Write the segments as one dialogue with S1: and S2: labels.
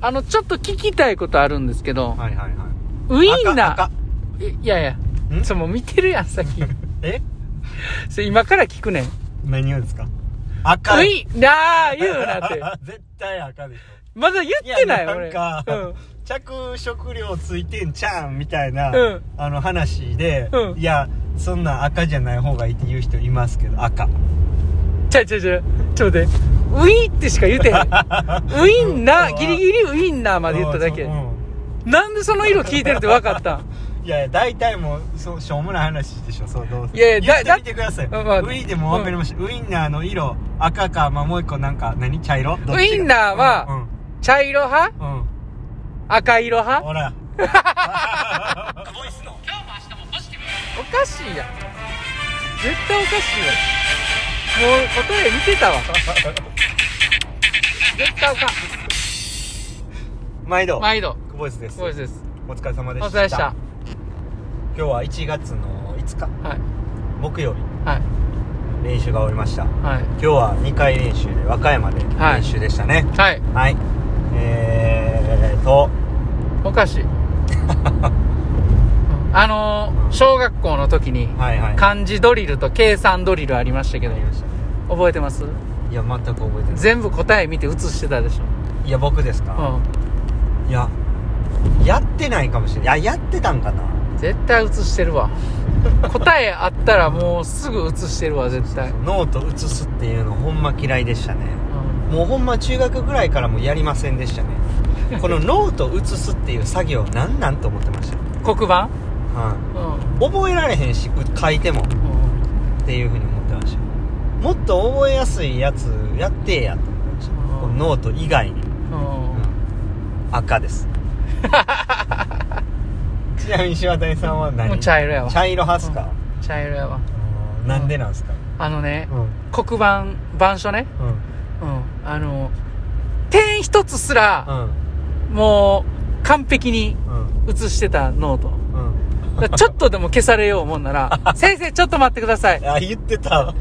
S1: あの、ちょっと聞きたいことあるんですけど、
S2: はいはいはい
S1: ウイン
S2: 赤
S1: ナ
S2: 赤
S1: ー、いやいや、
S2: ん
S1: それもう見てるやん、さっ き。
S2: え
S1: それ今から聞くねん。
S2: 何をですか
S1: ウ
S2: 赤い
S1: インナー言うな って。
S2: 絶対赤でし
S1: まだ言
S2: ょ
S1: ってない、
S2: なん
S1: 俺。
S2: か、
S1: うん。
S2: 着色料ついてんちゃうんみたいな、
S1: うん
S2: あの話で、
S1: うん
S2: いやそんなん赤じゃない方がいいって言う人いますけど赤
S1: ちゃうちゃうちゃう。ちょっと待って。ウインってしか言ってへん。 ウインナー、
S2: うん
S1: ギリギリウインナーまで言っただけ
S2: う。ん
S1: なんでその色聞いてるって分かったん
S2: いやいや大体もうそうしょうもない話でしょそうどうせ
S1: いやいやだ
S2: 言ってみてください、
S1: だうんまあ
S2: ウイでも分かりました、ウインナーの色赤か、まあ、もう一個なんか何茶色どっちが
S1: ウインナーは茶色派
S2: うんうん、うん
S1: 赤色派
S2: ほらボイスの
S1: おかしいやん絶対おかしいわもう答え見て たわ絶対おかん
S2: 毎度
S1: 毎度
S2: ボイスです
S1: ボイスです
S2: お疲れ様
S1: お
S2: でした
S1: 疲れでした
S2: 今日は1月の5日
S1: はい
S2: 木曜日
S1: はい
S2: 練習が終わりました
S1: はい
S2: 今日は2回練習で和歌山で
S1: はい
S2: 練習でしたね
S1: はい
S2: はい、えーと
S1: おか しいうんあのー、小学校の時に
S2: はいはい
S1: 漢字ドリルと計算ドリルありましたけど
S2: ありましたね
S1: 覚えてます
S2: いや全く覚えてない
S1: 全部答え見て写してたでし
S2: いや僕ですか、
S1: ょう
S2: いややってないかもしれないいややってたんかなん
S1: 絶対写して るわ答えあったらもうすぐ写してるわ絶対
S2: ノート写すっていうのほんま嫌いでしたね
S1: うん
S2: もうほんま中学ぐらいからもうやりません でしたねこのノート写すっていう作業なんなんと思ってました、
S1: 黒板
S2: はい
S1: うん
S2: 覚えられへんしう書いても
S1: うん
S2: っていうふうに思ってましたもっと覚えやすいやつやってえやと思いましたこのノート以外に、うん赤です ちなみに柴谷さんは何
S1: もう茶色やわ
S2: 茶色派っすか、
S1: 茶色やわ
S2: うんなんでなんすか
S1: あのね
S2: うんうん
S1: 黒板板書ねうんあの点一つす
S2: う
S1: ら
S2: ん
S1: もう完璧に
S2: うん
S1: 写してたノート
S2: うん
S1: だからちょっとでも消されようもんな ら先生ちょっと待ってください
S2: あ言ってた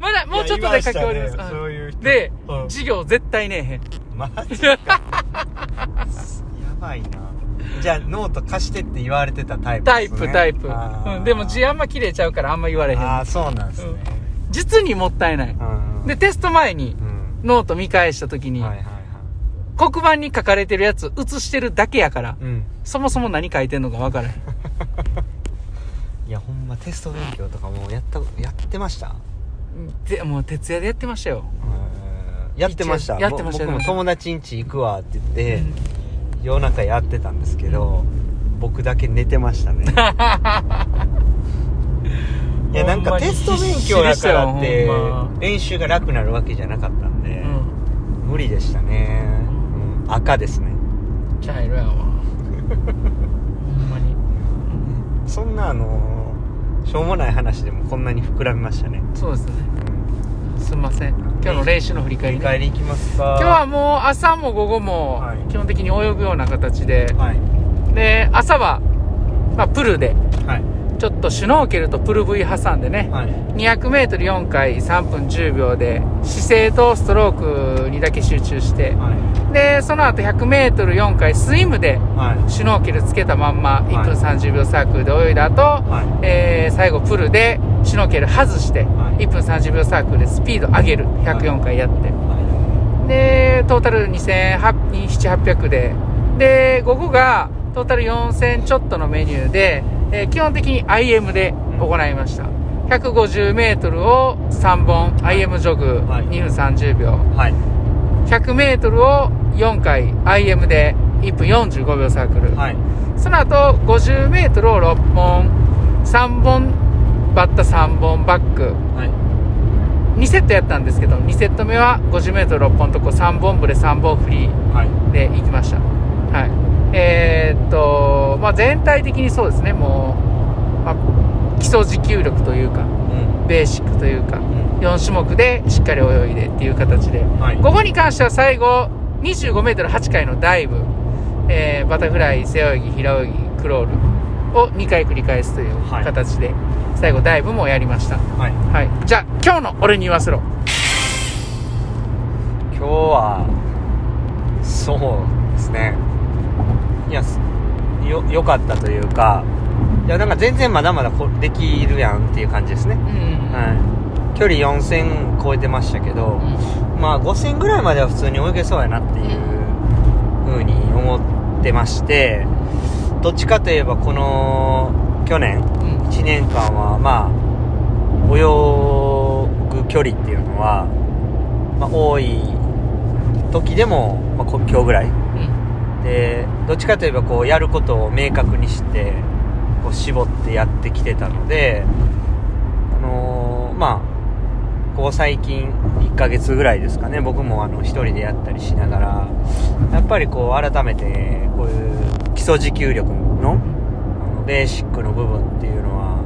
S1: まだもうちょっとで書き終わります
S2: いやいましたね
S1: うん
S2: そういう人
S1: で
S2: うん
S1: 授業絶対ねえへん
S2: マジかやばいなじゃあノート貸してって言われてたタイプ
S1: タイプタイプ、
S2: あー
S1: うん、でも字あんま綺麗ちゃうからあんま言われへ
S2: あ
S1: ん
S2: あそうなんですね、
S1: 実にもったいない
S2: うん
S1: でテスト前に
S2: うん
S1: ノート見返した時に、
S2: はいはいはい
S1: 黒板に書かれてるやつ写してるだけやから、
S2: うん
S1: そもそも何書いてんのか分 からへん
S2: いやほんまテスト勉強とかもうやったやってました
S1: でもう徹夜でやってましたよ、
S2: やってました
S1: やってました
S2: ぼ僕も友達ん家行くわって言って、
S1: うん
S2: 夜中やってたんですけど、僕だけ寝てま したねいやなんかテスト勉強やからって
S1: ほんまに必死でしたよほんま
S2: 練習が楽になるわけじゃなかったんで、
S1: うん、
S2: 無理でしたね、うん赤ですね
S1: 茶色や わほんまに
S2: そんなあのしょうもない話でもこんなに膨らみましたね
S1: そうですねすんません今日の練習の振り
S2: 振
S1: 返
S2: り
S1: り、
S2: 返
S1: ね、
S2: りいきますか
S1: 今日はもう朝も午後も
S2: はい
S1: 基本的に泳ぐような形で、
S2: はい
S1: で朝は、まあ、プルで
S2: はい
S1: ちょっとシュノーケルとプル V 挟んでね、
S2: はい
S1: 200m4 回3分10秒で姿勢とストロークにだけ集中して
S2: は
S1: でその後 100m4 回スイムで
S2: いはい
S1: シュノーケルつけたまんま
S2: い
S1: 1分30秒サークルで泳いだ後、
S2: は
S1: えー最後プルでシュノーケル外して
S2: はい
S1: 1分30秒サークルでスピード上げる104回やって
S2: は
S1: でトータル2700800でで午後がトータル4000ちょっとのメニューで、えー基本的に IM で行いました 150m を3本 IM ジョグ
S2: はい
S1: 2分30秒
S2: いはい
S1: 100m を4回 IM で1分45秒サークル、
S2: はい
S1: その後 50m を6本3本バッタ3本バック
S2: はい
S1: 2セットやったんですけど2セット目は 50m6 本とこう3本ブレ3本フリー
S2: はい
S1: で行きました。はい。えーっと、まあ、全体的にそうですね、もう、まあ、基礎持久力というか、
S2: うん
S1: ベーシックというか、
S2: う
S1: 4種目でしっかり泳いでっていう形で、
S2: んはい
S1: 午後に関しては最後、25メートル8回のダイブ、えーバタフライ、背泳ぎ、平泳ぎ、クロールを2回繰り返すという
S2: はい
S1: 形で、最後ダイブもやりました。
S2: はい
S1: はい。じゃあ、今日の俺に言わせろ。
S2: 今日はそう良かったというかいやなんか全然まだまだこできるやんっていう感じですね、
S1: うん
S2: はい、距離4000超えてましたけど、まあ5000ぐらいまでは普通に泳げそうやなっていう風に思ってましてどっちかといえばこの去年
S1: うん
S2: 1年間はまあ泳ぐ距離っていうのは、まあ、多い時でも、まあ、こ今日ぐらい
S1: うん
S2: でどっちかといえばこうやることを明確にしてこう絞ってやってきてたのであのーまあここ最近1ヶ月ぐらいですかね僕もあの一人でやったりしながらやっぱりこう改めてこういう基礎持久力のあのベーシックの部分っていうのは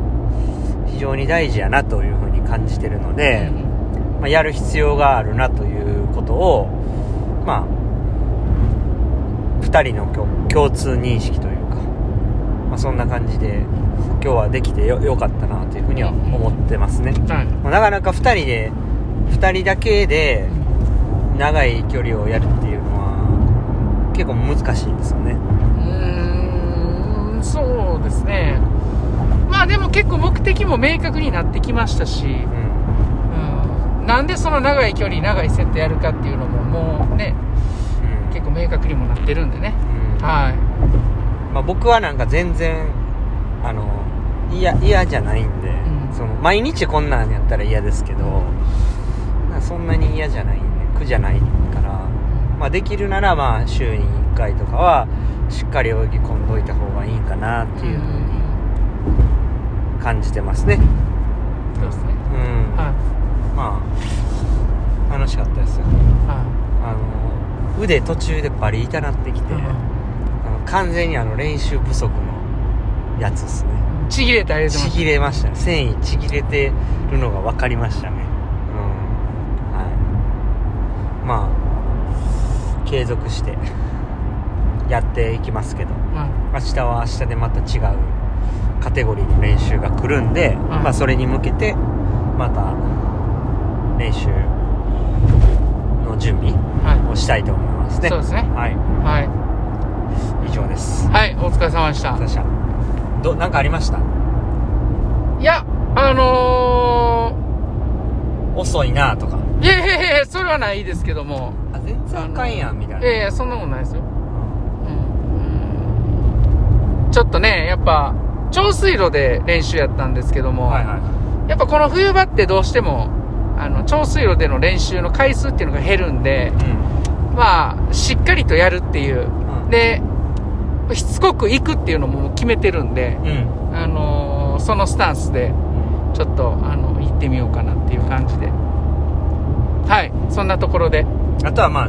S2: 非常に大事やなというふうに感じてるので、まあ、やる必要があるなということをまあ2人の共共通認識というか、まあ、そんな感じで今日はできてよよかったなというふうには思ってますね、
S1: はい
S2: まあなかなか2人で2人だけで長い距離をやるっていうのは結構難しいんですよね
S1: うーんそうですねまあでも結構目的も明確になってきましたし、
S2: うん
S1: うん、なんでその長い距離長いセットやるかっていうのももうね
S2: うん
S1: 結構明確にもなってるんでね
S2: うん
S1: は
S2: まあ、僕はなんか全然あの嫌嫌じゃないんで、
S1: うん
S2: その毎日こんなんやったら嫌ですけどなんかそんなに嫌じゃないんで苦じゃないから、まあ、できるならまあ週に1回とかはしっかり泳ぎ込んどいた方がいいかなっ
S1: い
S2: ていうのに感じてますね
S1: そうですね
S2: うん、
S1: は
S2: まあ楽しかったですよ
S1: いは
S2: あの腕途中でバリ痛なってき
S1: い
S2: て、あの完全にあの練習不足のやつですね
S1: うんちぎれた映像
S2: ちぎれましたね繊維ちぎれてるのが分かりましたねうんはいまあ継続して やっていきますけど
S1: は
S2: 明日は明日でまた違うカテゴリーの練習が来るんで、まあそれに向けてまた練習の準備
S1: いは
S2: をしたいと思います
S1: い
S2: ね
S1: そうですね
S2: は
S1: はい
S2: い以上です
S1: はいお疲れ様でした
S2: サシャどなんかありました
S1: いやあの
S2: 遅いなとか
S1: ー、いやいやいやいやそれはないですけども
S2: あ全然あかんやんみたい
S1: いやい
S2: な
S1: やそんなことないですようんちょっとね、やっぱ、長水路で練習やったんですけども、
S2: はいはい
S1: やっぱこの冬場ってどうしても、あの、長水路での練習の回数っていうのが減るんで、
S2: う
S1: まあ、しっかりとやるっていう。
S2: ん
S1: で、しつこく行くっていうのももう決めてるんで、
S2: うん
S1: あのーそのスタンスで、ちょっと、あの、行ってみようかなっていう感じで。はい、そんなところで。
S2: あとはまあ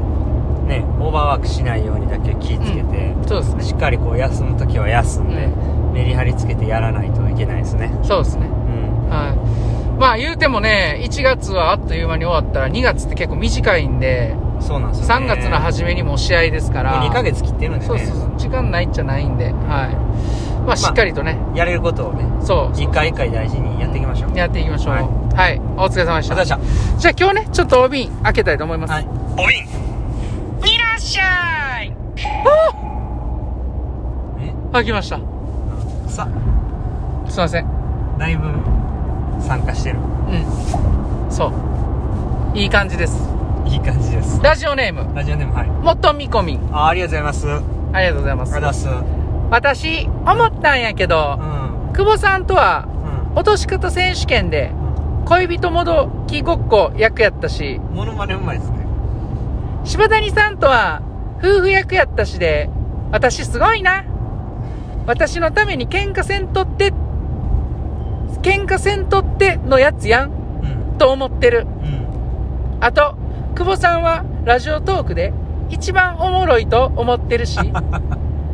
S2: ねオーバーワークしないようにだけ気ぃつけて、
S1: そうですね。
S2: しっかりこう休む時は休んで、メリハリつけてやらないといけないですね
S1: そうですね。
S2: うん
S1: はい。まあ言うてもね、1月はあっという間に終わったら、2月って結構短いんで、
S2: そうなんですよ、ね、
S1: 3月の初めにもう試合ですから。
S2: もう2ヶ月切ってるんでね
S1: そうそうそう、時間ないっちゃないんで、はい。まあしっかりとね、
S2: やれることをね
S1: そう、
S2: 一回一回大事にやっていきましょう、
S1: やっていきましょう。は
S2: はいい、
S1: お疲れ様でし
S2: あ
S1: た。
S2: ざっ
S1: じ
S2: し
S1: ゃ
S2: ゃ
S1: あ今日ね、ちょっとお瓶開けたいと思います。
S2: はいおび
S1: い、
S2: ん
S1: らっしゃい
S2: え
S1: 開きました。
S2: さ
S1: すいません。
S2: だいぶ参加してる
S1: うん。そう。いい感じです。
S2: いい感じです
S1: ラジオネーム、
S2: ラジオネームはい
S1: もっとみこみん。
S2: あありがとうございますあ
S1: ありがとうございます。
S2: りがとうございます
S1: 私、思ったんやけど、
S2: うん
S1: 久保さんとは
S2: うん
S1: 落とし方選手権で恋人もどきごっこ役やったし
S2: モノマネうまいですね
S1: 柴谷さんとは夫婦役やったしで私すごいな私のために喧嘩せんとって喧嘩せんとってのやつやん
S2: うん
S1: と思ってる
S2: うん
S1: あと久保さんはラジオトークで一番おもろいと思ってるし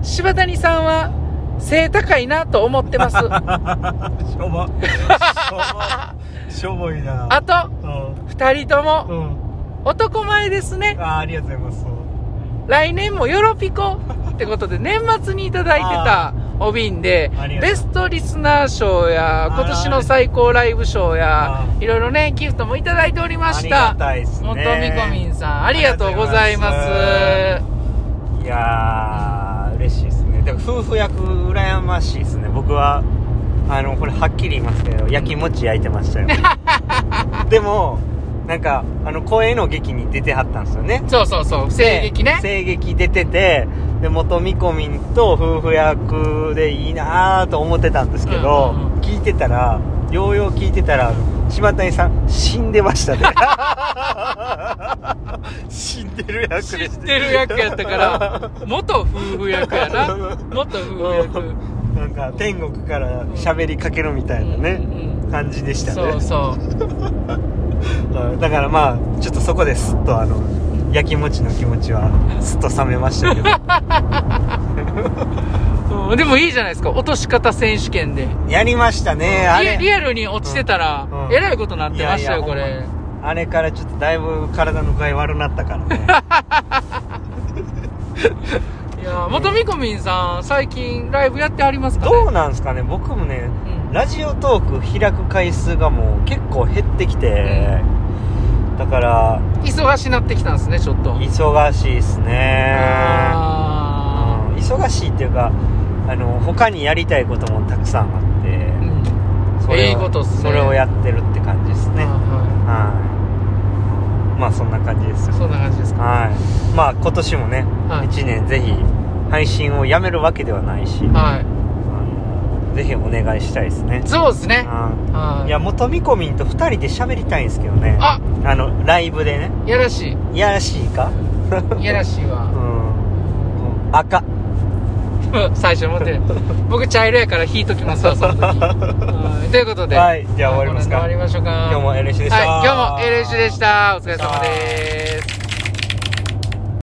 S1: 柴谷さんは背高いなと思ってます
S2: しょ ぼしょぼしょぼいな
S1: あと
S2: うん
S1: 二人とも
S2: うん
S1: 男前ですね
S2: あーありがとうございます
S1: 来年もよろぴこってことで年末にいただいてたお瓶で
S2: ありがとう
S1: ベストリスナー賞や
S2: あら
S1: 今年の最高ライブ賞や
S2: あ
S1: いろいろねギフトもいただいておりまし
S2: あ
S1: た
S2: りがたいですね
S1: 元みこみんさんありがとうございます
S2: ありがとうございやー嬉しいですねでも夫夫婦役羨ましいですね僕はあのこれはっきり言いますけど焼きもち焼いてま したよでもなんかあの声の劇に出てはったんですよね
S1: そうそうそう声劇ね
S2: 声劇出ててで元見込みと夫婦役でいいなぁと思ってたんですけど、
S1: うんうんうん
S2: 聞いてたらようよう聞いてたら島谷さん死んでま したね死んでる役で
S1: 知
S2: し
S1: ってる役やった から元夫婦役やな元夫婦
S2: なんか天国から喋りかけるみたいなね、
S1: うんうんうん
S2: 感じでした
S1: 役
S2: ね
S1: そうそう
S2: うんだからまあちょっとそこですっとあの焼きもちの気持ちはすっと冷めました けど
S1: うんでもいいじゃないですか落とし方選手権で
S2: やりましたねあ
S1: リ
S2: れ
S1: リアルに落ちてたら、
S2: うんうん
S1: えらいことになってましたよ
S2: いやい
S1: こ
S2: や
S1: れ
S2: ほあれからちょっとだいぶ体の具合悪なったからね
S1: いや元みこみんさん最近ライブやってはりますか、ね、
S2: どうなんですかね僕もね
S1: うん
S2: ラジオトーク開く回数がもう結構減ってきて、だから
S1: 忙しなってきたんですねちょっと
S2: 忙しいですね
S1: あ
S2: うん忙しいっていうかあの他にやりたいこともたくさんあって
S1: ー、うん
S2: それを
S1: いいことっすね
S2: それをやってるって感じですねは
S1: はい
S2: まあそんな感じです
S1: い
S2: よ
S1: そんな感じですか
S2: はいまあ今年もね、
S1: はい
S2: 一年ぜひ配信をやめるわけではないし、
S1: は
S2: あのぜひお願いしたいですね
S1: いそうですね
S2: は
S1: はいい
S2: いや元見込みんと2人で喋りたいんですけどね
S1: あ
S2: あのライブでね
S1: いやらしい
S2: いやらしいか
S1: いやらしいうわ
S2: ん赤
S1: 最初持って る僕茶色やから引いときますわその時はいということで
S2: はいじゃあ終わりますか
S1: この辺で終わりましょうか
S2: 今日も LC でした
S1: はい今日も LH でしたお疲れ様です